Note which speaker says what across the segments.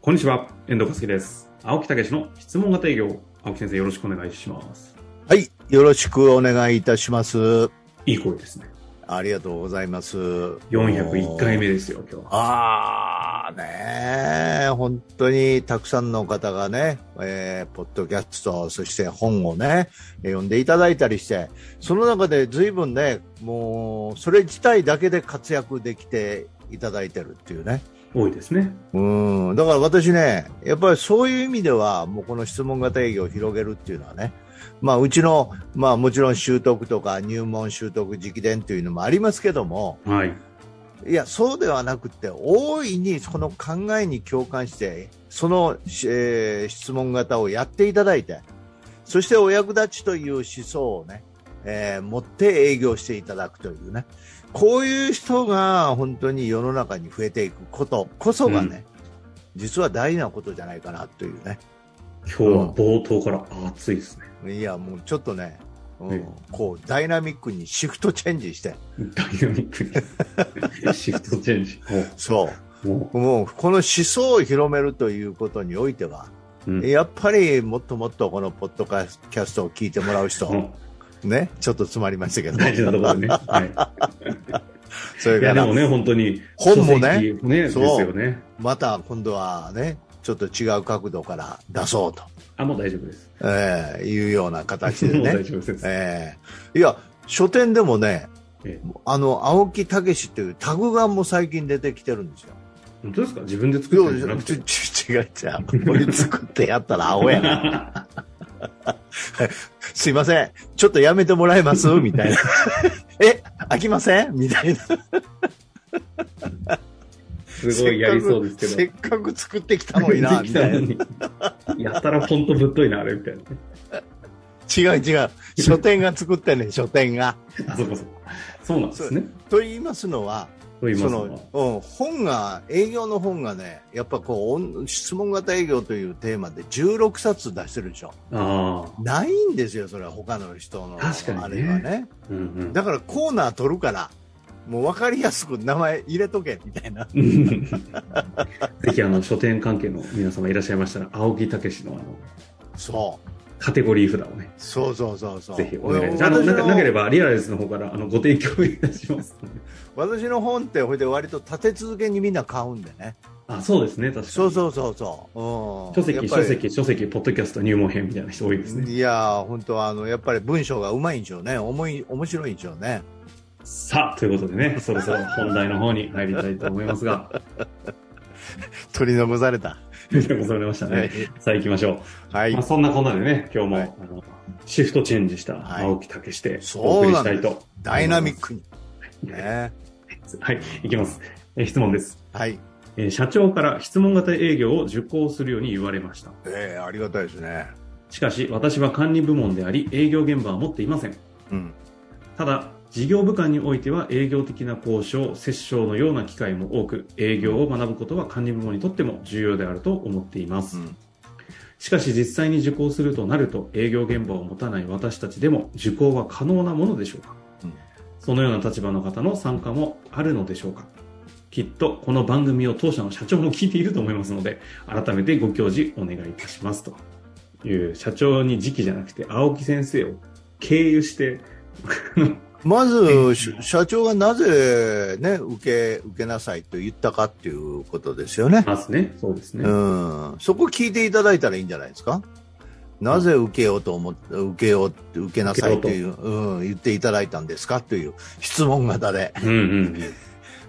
Speaker 1: こんにちは、遠藤和樹です。青木武の質問型営業。青木先生、よろしくお願いします。
Speaker 2: はい、よろしくお願いいたします。
Speaker 1: いい声ですね。
Speaker 2: ありがとうございます。
Speaker 1: 401回目ですよ、今日は。
Speaker 2: ああ、ねえ本当にたくさんの方がね、えーポッドキャスト、そして本をね、えー読んでいただいたりして、その中で随分ね、もう、それ自体だけで活躍できていただいてるっていうね。
Speaker 1: 多いですね。
Speaker 2: うん、だから私ね、やっぱりそういう意味では、もうこの質問型営業を広げるっていうのはね、まあ、うちの、まあ、もちろん習得とか入門習得直伝というのもありますけども、
Speaker 1: はい。
Speaker 2: いや、そうではなくて、大いにその考えに共感して、その、えー質問型をやっていただいて、そしてお役立ちという思想をね、えー持って営業していただくというね、こういう人が本当に世の中に増えていくことこそがね、実は大事なことじゃないかなというね。
Speaker 1: 今日は冒頭から暑いですね。
Speaker 2: いや、もうちょっとね、うん
Speaker 1: ええ
Speaker 2: こう、ダイナミックにシフトチェンジして、
Speaker 1: ダイナミック に。シフトチェンジ。
Speaker 2: そ
Speaker 1: も
Speaker 2: う、もう、この思想を広めるということにおいては、
Speaker 1: う、うん、
Speaker 2: やっぱりもっともっとこのポッドキャストを聞いてもらう人、
Speaker 1: も
Speaker 2: ね、ちょっと詰まりましたけ
Speaker 1: う
Speaker 2: ど、
Speaker 1: 大事なところでね。 は
Speaker 2: それ
Speaker 1: い、いや、
Speaker 2: か
Speaker 1: で
Speaker 2: ら、
Speaker 1: もね、本当に。
Speaker 2: 本も
Speaker 1: 書
Speaker 2: ね
Speaker 1: 籍ね、です
Speaker 2: そう
Speaker 1: よね。
Speaker 2: また今度はね、ちょっと違う角度から出そうと、
Speaker 1: あ、もう大丈夫です。
Speaker 2: えーいうような形で
Speaker 1: もう大
Speaker 2: ね、
Speaker 1: 丈夫です。
Speaker 2: えーいや、書店でもね
Speaker 1: ええ、
Speaker 2: あの、青木武っていうタグがもう最近出てきてるんですよ。
Speaker 1: 本当ですか自分で作ってるんじゃなく
Speaker 2: ち
Speaker 1: て
Speaker 2: ょ。ちょ違う違う。これ作ってやったら青 やな。すいません。ちょっとやめてもらえます みたいな。え、飽きませんみたいな。
Speaker 1: すごいやりそうですけど。
Speaker 2: せっかく作ってきたのに
Speaker 1: で
Speaker 2: な、み
Speaker 1: き
Speaker 2: たいな。
Speaker 1: のにやたらフォントぶっといな、あれみたいなね。
Speaker 2: 違う違う。書店が作ってね、書店 が。
Speaker 1: あ、そうかそうか。そうなんですね。
Speaker 2: と言いますのは、
Speaker 1: と言いま
Speaker 2: そ
Speaker 1: すのは
Speaker 2: の、うん、本が、営業の本がね、やっぱこうおん、質問型営業というテーマで16冊出してるでしょ。
Speaker 1: あ
Speaker 2: ないんですよ、それは他の人の。
Speaker 1: 確かにね
Speaker 2: あれはね。
Speaker 1: あ、うん
Speaker 2: だからコーナー取るから、もう分かりやすく名前入れとけ、みたいな。
Speaker 1: うん。ぜひ、あの、書店関係の皆様いらっしゃいましたら、青木武の、あの、
Speaker 2: そう。
Speaker 1: カテゴリー札をね、
Speaker 2: そうそうそうそう。
Speaker 1: ぜひお願いします。
Speaker 2: 俺
Speaker 1: あの、
Speaker 2: 私
Speaker 1: なかなければ、リアライズの方から、あの、ご提供いたしますので。
Speaker 2: 私の本って、ほいで割と立て続けにみんな買うんでね。
Speaker 1: あ、そうですね、確かに。
Speaker 2: そうそうそうそう。う
Speaker 1: 書
Speaker 2: ん、や
Speaker 1: 籍、
Speaker 2: っぱり
Speaker 1: 書。籍、書籍、ポッドキャスト入門編みたいな人多いですね。
Speaker 2: いやー、本当はあの、やっぱり文章がうまいんでしょうね。重い、面白いんでしょうね。
Speaker 1: さあ、ということでね、そろそろ本題の方に入りたいと思いますが、
Speaker 2: 取り残された。
Speaker 1: 見てこそれましたね。さあ行きましょう。
Speaker 2: はい
Speaker 1: まあ、。そんなこんなでね、今日も、
Speaker 2: はい
Speaker 1: あのシフトチェンジした
Speaker 2: はい
Speaker 1: 青木武史でお送
Speaker 2: そ
Speaker 1: り
Speaker 2: う
Speaker 1: し
Speaker 2: なん
Speaker 1: た
Speaker 2: で
Speaker 1: い
Speaker 2: す
Speaker 1: と思います。
Speaker 2: ダイナミックに。
Speaker 1: はい。
Speaker 2: ね。
Speaker 1: はい、いきます。えー質問です、
Speaker 2: はい。
Speaker 1: えー社長から質問型営業を受講するように言われました。
Speaker 2: えー、ありがたいですね。
Speaker 1: しかし、私は管理部門であり、営業現場は持っていません。
Speaker 2: うん。
Speaker 1: ただ、事業部間においては営業的な交渉、折衝のような機会も多く、営業を学ぶことは管理部門にとっても重要であると思っています。
Speaker 2: うん
Speaker 1: しかし実際に受講するとなると営業現場を持たない私たちでも受講は可能なものでしょうか、
Speaker 2: うん
Speaker 1: そのような立場の方の参加もあるのでしょうかきっとこの番組を当社の社長も聞いていると思いますので改めてご教示お願いいたしますという社長に直じゃなくて青木先生を経由して
Speaker 2: まず、し社長がなぜね、受け、受けなさいと言ったかっていうことですよね。
Speaker 1: ますねそうですね、
Speaker 2: うん。そこ聞いていただいたらいいんじゃないですかなぜ受けようと思って、受けよう、受けなさいという、うん、言っていただいたんですかという質問型で、
Speaker 1: うんうん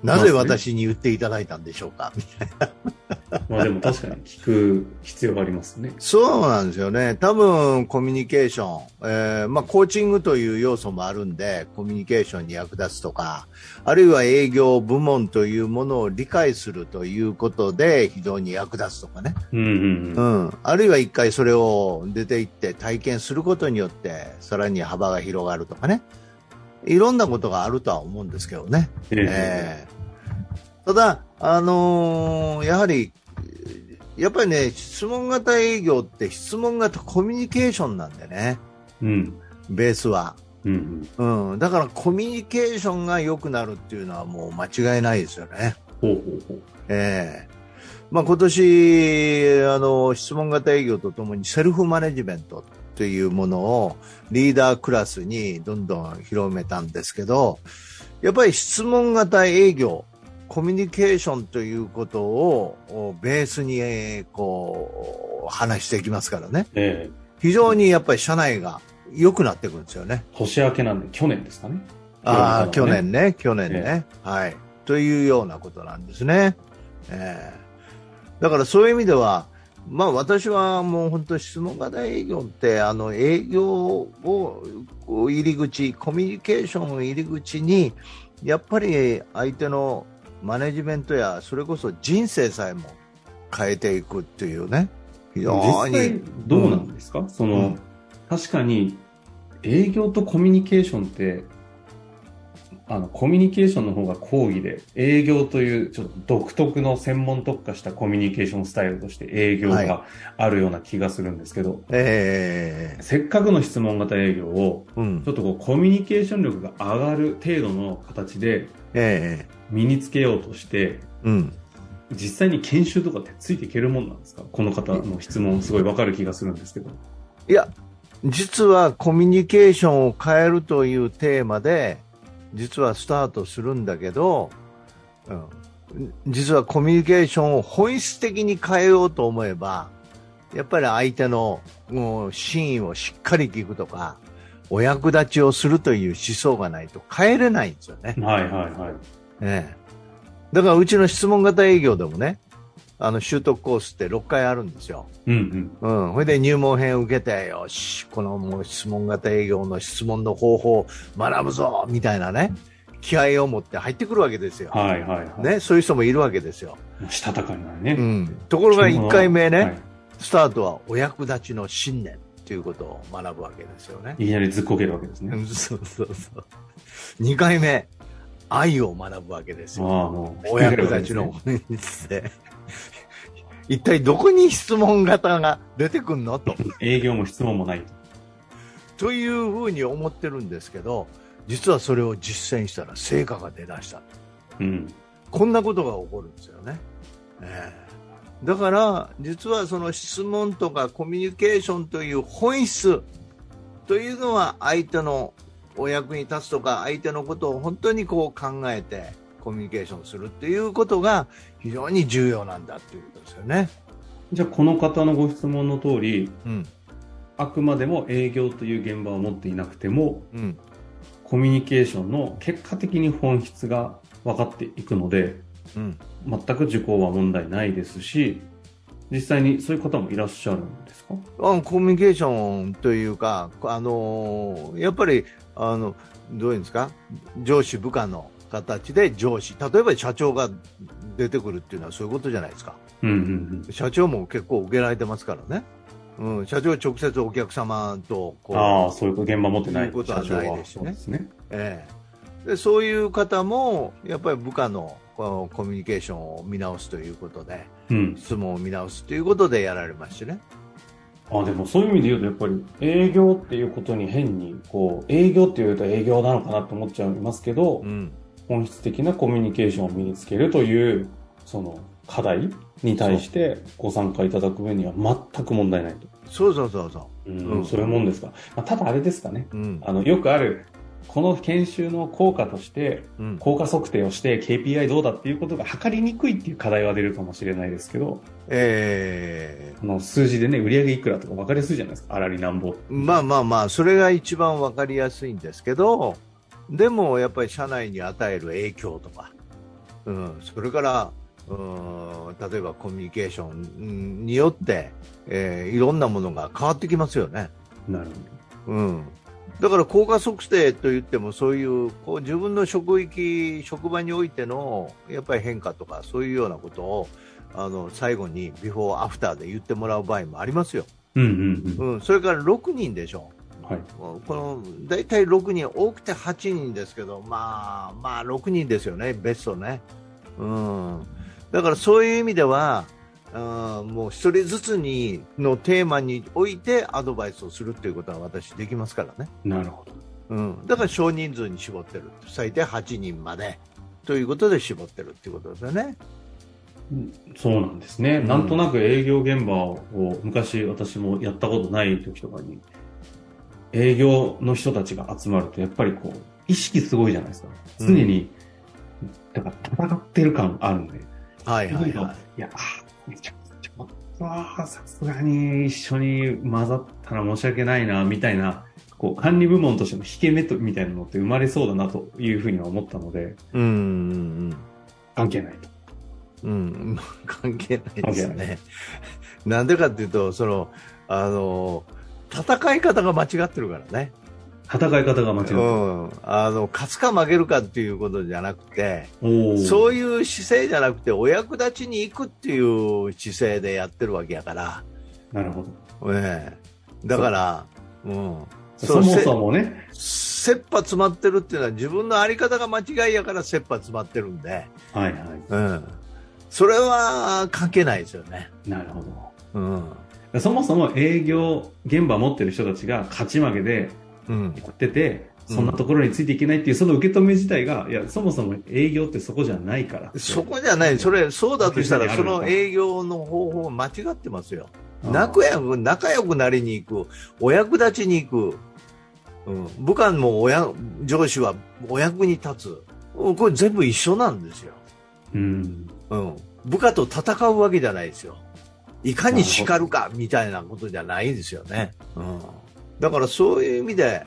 Speaker 2: なぜ私に言っていただいたんでしょうか
Speaker 1: うん、まあでも確かに聞く必要がありますね
Speaker 2: そうなんですよね。多分、コミュニケーション、えーまあ、コーチングという要素もあるんで、コミュニケーションに役立つとか、あるいは営業部門というものを理解するということで、非常に役立つとかね。
Speaker 1: うんうんう
Speaker 2: うんん。あるいは一回それを出て行って体験することによって、さらに幅が広がるとかね。いろんなことがあるとは思うんですけどね。
Speaker 1: え
Speaker 2: ええただ、あのーやはり、やっぱりね、質問型営業って質問型コミュニケーションなんでね、
Speaker 1: えうん
Speaker 2: ベースは。
Speaker 1: うんうん
Speaker 2: うん、だからコミュニケーションが良くなるっていうのはもう間違いないですよね。
Speaker 1: ほうほうほう
Speaker 2: ええまあ、今年あの質問型営業とともにセルフマネジメントというものをリーダークラスにどんどん広めたんですけどやっぱり質問型営業コミュニケーションということをベースにえーこう話していきますからね
Speaker 1: え
Speaker 2: 非常にやっぱり社内が良くなってくるんですよね。
Speaker 1: え年明けなんで、去年ですかね。
Speaker 2: ああ、
Speaker 1: 世
Speaker 2: 去
Speaker 1: の中はね
Speaker 2: 年ね、去年ね、はい。というようなことなんですね。ええだからそういう意味では、まあ私はもう本当質問型営業って、あの営業をこう入り口、コミュニケーションを入り口に、やっぱり相手のマネジメントや、それこそ人生さえも変えていくっていうね。非常
Speaker 1: 実際
Speaker 2: に。、
Speaker 1: どうなんですか、その、
Speaker 2: うん
Speaker 1: 確かに、営業とコミュニケーションって、あの、コミュニケーションの方が講義で、営業というちょっと独特の専門特化したコミュニケーションスタイルとして営業
Speaker 2: は
Speaker 1: があるような気がするんですけど、
Speaker 2: ええ
Speaker 1: せっかくの質問型営業を、
Speaker 2: うん
Speaker 1: ちょ。っとこうコミュニケーション力が上がる程度の形で
Speaker 2: ええ
Speaker 1: 身につけようとして、
Speaker 2: うん。
Speaker 1: 実際に研修とかってついていけるもんなんですかこの方の質問すごいわかる気がするんですけど。
Speaker 2: いや、実はコミュニケーションを変えるというテーマで、実はスタートするんだけど、うん、実はコミュニケーションを本質的に変えようと思えば、やっぱり相手のもう真意をしっかり聞くとか、お役立ちをするという思想がないと変えれないんですよね。
Speaker 1: はいはいはい。
Speaker 2: ええ、だからうちの質問型営業でもね、あの習得コースって6回あるんですよ。
Speaker 1: うん
Speaker 2: うん、それで入門編受けてよしこのもう質問型営業の質問の方法を学ぶぞみたいなね気合を持って入ってくるわけですよ、
Speaker 1: うん。はいはいはい。
Speaker 2: ね、そういう人もいるわけですよ、
Speaker 1: したたかにないね。
Speaker 2: う
Speaker 1: と
Speaker 2: ん、ところが1回目ね、
Speaker 1: はい
Speaker 2: スタートはお役立ちの信念ということを学ぶわけですよね
Speaker 1: い、きなりずっこけるわけですね。
Speaker 2: うんそうそうそう2回目愛を学ぶわけです
Speaker 1: ああ、
Speaker 2: よ
Speaker 1: もう。
Speaker 2: お役立ちの本質で一体どこに質問型が出てくるのと
Speaker 1: 営業も質問もない。
Speaker 2: というふうに思ってるんですけど実はそれを実践したら成果が出だした
Speaker 1: うん。
Speaker 2: こんなことが起こるんですよね、ええだから実はその質問とかコミュニケーションという本質というのは相手のお役に立つとか相手のことを本当にこう考えてコミュニケーションするっていうことが非常に重要なんだっていうことですよね。
Speaker 1: じゃあこの方のご質問の通り、
Speaker 2: うん
Speaker 1: あくまでも営業という現場を持っていなくても、
Speaker 2: うん、
Speaker 1: コミュニケーションの結果的に本質が分かっていくので、
Speaker 2: うん
Speaker 1: 全く受講は問題ないですし、実際にそういう方もいらっしゃるんですか
Speaker 2: あコミュニケーションというか、あのーやっぱりあのどういうんですか上司、部下の形で上司例えば社長が出てくるっていうのはそういうことじゃないですか
Speaker 1: うんうん
Speaker 2: 社長も結構受けられてますからね、うん、社長直接お客様と
Speaker 1: うん。ああ、
Speaker 2: こう、
Speaker 1: そういう現場持ってない
Speaker 2: いうことは
Speaker 1: 社長
Speaker 2: ないです
Speaker 1: そう
Speaker 2: よ
Speaker 1: で
Speaker 2: ね
Speaker 1: すね。
Speaker 2: ええでそういう方もやっぱり部下のこうコミュニケーションを見直すということで
Speaker 1: うん。
Speaker 2: 質問を見直すということでやられましてね。
Speaker 1: あでもそういう意味で言うと、やっぱり営業っていうことに変に、こう、営業って言うと営業なのかなと思っちゃいますけど、
Speaker 2: うん
Speaker 1: 本質的なコミュニケーションを身につけるという、その課題に対してご参加いただく分には全く問題ないと。
Speaker 2: そうそうそうそ
Speaker 1: うん、
Speaker 2: うん
Speaker 1: そういうもんですか。まあ、ただあれですかね。
Speaker 2: う。うん。
Speaker 1: あの、よくある、この研修の効果として、
Speaker 2: うん。
Speaker 1: 効果測定をして KPI どうだっていうことが測りにくいっていう課題は出るかもしれないですけど、
Speaker 2: ええ
Speaker 1: あの数字でね、売上いくらとか分かりやすいじゃないですか、あらりなんぼ。
Speaker 2: まあまあまあ、それが一番わかりやすいんですけど、でもやっぱり社内に与える影響とか、うん、それから、うん、例えばコミュニケーションによって、えーいろんなものが変わってきますよね。
Speaker 1: なるほ
Speaker 2: うん。だから効果測定といってもそういうこう自分の職域、職場においてのやっぱり変化とかそういうようなことをあの最後にビフォーアフターで言ってもらう場合もありますよ。
Speaker 1: ど。うんうんうん。
Speaker 2: うん、それから6人でしょ。
Speaker 1: はい。
Speaker 2: この大体6人、多くて8人ですけど、まあ、まあ6人ですよね、ベストね。うん、だからそういう意味では、うん、もう1人ずつにのテーマにおいてアドバイスをするということは私、できますからね、
Speaker 1: なるほど。
Speaker 2: うん、だから少人数に絞ってる、最低8人までということで絞ってるっていうことですよね。
Speaker 1: そうなんですね、
Speaker 2: うん
Speaker 1: なんとなく営業現場を昔私もやったことない時とかに営業の人たちが集まるとやっぱりこう意識すごいじゃないですか
Speaker 2: うん
Speaker 1: 常に、だから戦ってる感あるんで、
Speaker 2: はいはい
Speaker 1: だ
Speaker 2: は
Speaker 1: けどいやあちょちょっとはさすがに一緒に混ざったら申し訳ないなみたいなこう管理部門としての引け目とみたいなのって生まれそうだなというふうには思ったので
Speaker 2: い。うん
Speaker 1: 関係ないと。
Speaker 2: うんうん。うん。まあ関係ないです
Speaker 1: 関係
Speaker 2: ね。なんでかっていうと、その、あの、戦い方が間違ってるからね。
Speaker 1: 戦い方が間違って
Speaker 2: う
Speaker 1: る
Speaker 2: ん。あの、勝つか負けるかっていうことじゃなくて、
Speaker 1: おー
Speaker 2: そういう姿勢じゃなくて、お役立ちに行くっていう姿勢でやってるわけやから、
Speaker 1: なるほど。
Speaker 2: ええだから、うん、
Speaker 1: そもそもね。
Speaker 2: せ切羽詰まってるっていうのは自分のあり方が間違いやから切羽詰まってるんで、
Speaker 1: はいは
Speaker 2: うん、それは関係ないですよね。
Speaker 1: い。なるほど。
Speaker 2: うん
Speaker 1: そもそも営業現場持ってる人たちが勝ち負けで
Speaker 2: うん、
Speaker 1: やってて、
Speaker 2: うん
Speaker 1: そんなところについていけないっていうその受け止め自体が、いや、そもそも営業ってそこじゃないから。
Speaker 2: そこじゃない、それ、そうだとしたら、
Speaker 1: 関
Speaker 2: そ
Speaker 1: 係ないあるの
Speaker 2: の
Speaker 1: か
Speaker 2: 営業の方法間違ってますよ。
Speaker 1: うん
Speaker 2: 仲良く仲良くなりに行く、お役立ちに行く、うん、部下もおや上司はお役に立つ、うんこれ全部一緒なんですよ、
Speaker 1: うん。
Speaker 2: うん、部下と戦うわけじゃないですよ、いかに叱るかみたいなことじゃないですよね、うん、だからそういう意味で、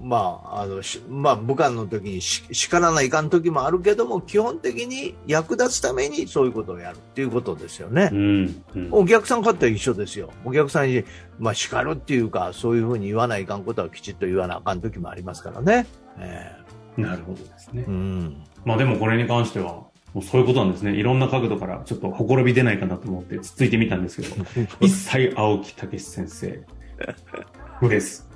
Speaker 2: まああのしまあ、部下の時にし叱らないかん時もあるけども、基本的に役立つためにそういうことをやるっていうことですよね。
Speaker 1: うん。うん
Speaker 2: お客さんかって一緒ですよ。お客さんに、まあ、叱るっていうか、そういうふうに言わないかんことはきちっと言わなあかん時もありますからね。え
Speaker 1: なるほどですね
Speaker 2: え。うん。
Speaker 1: まあでもこれに関しては、もうそういうことなんですね。いろんな角度からちょっとほころび出ないかなと思って、つっついてみたんですけど、一切青木武先生、無です。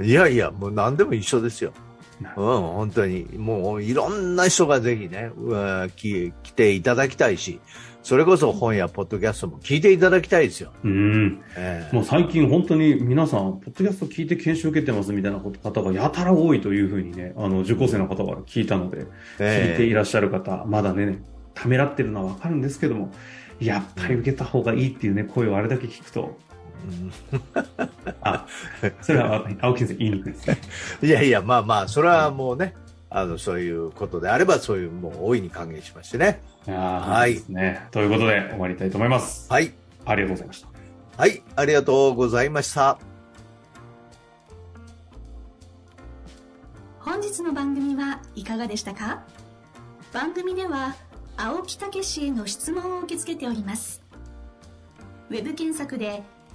Speaker 2: いやいや、もう何でも一緒ですよ。
Speaker 1: なる
Speaker 2: うん、本当に。もういろんな人がぜひね、うわき来ていただきたいし、それこそ本やポッドキャストも聞いていただきたいですよ。
Speaker 1: うん。
Speaker 2: ええ
Speaker 1: もう最近本当に皆さん、ポッドキャスト聞いて研修受けてますみたいなこと方がやたら多いというふうにね、あの、受講生の方から聞いたので、聞いてい
Speaker 2: え
Speaker 1: らっしゃる方、まだね、ためらってるのはわかるんですけども、やっぱり受けた方がいいっていうね、声をあれだけ聞くと、あ、それはあ青木先生言いにくいですね。
Speaker 2: うんいやいや、まあまあ、それはもうね、あの、そういうことであれば、そういう、もう大いに歓迎しましてね。
Speaker 1: は
Speaker 2: はい
Speaker 1: い。ですね。ということで終わりたいと思います。
Speaker 2: はい。
Speaker 1: ありがとうございました。
Speaker 2: はい、ありがとうございました。
Speaker 3: 本日の番組はいかがでしたか番組では青木武氏への質問を受け付けておりますウェブ検索で「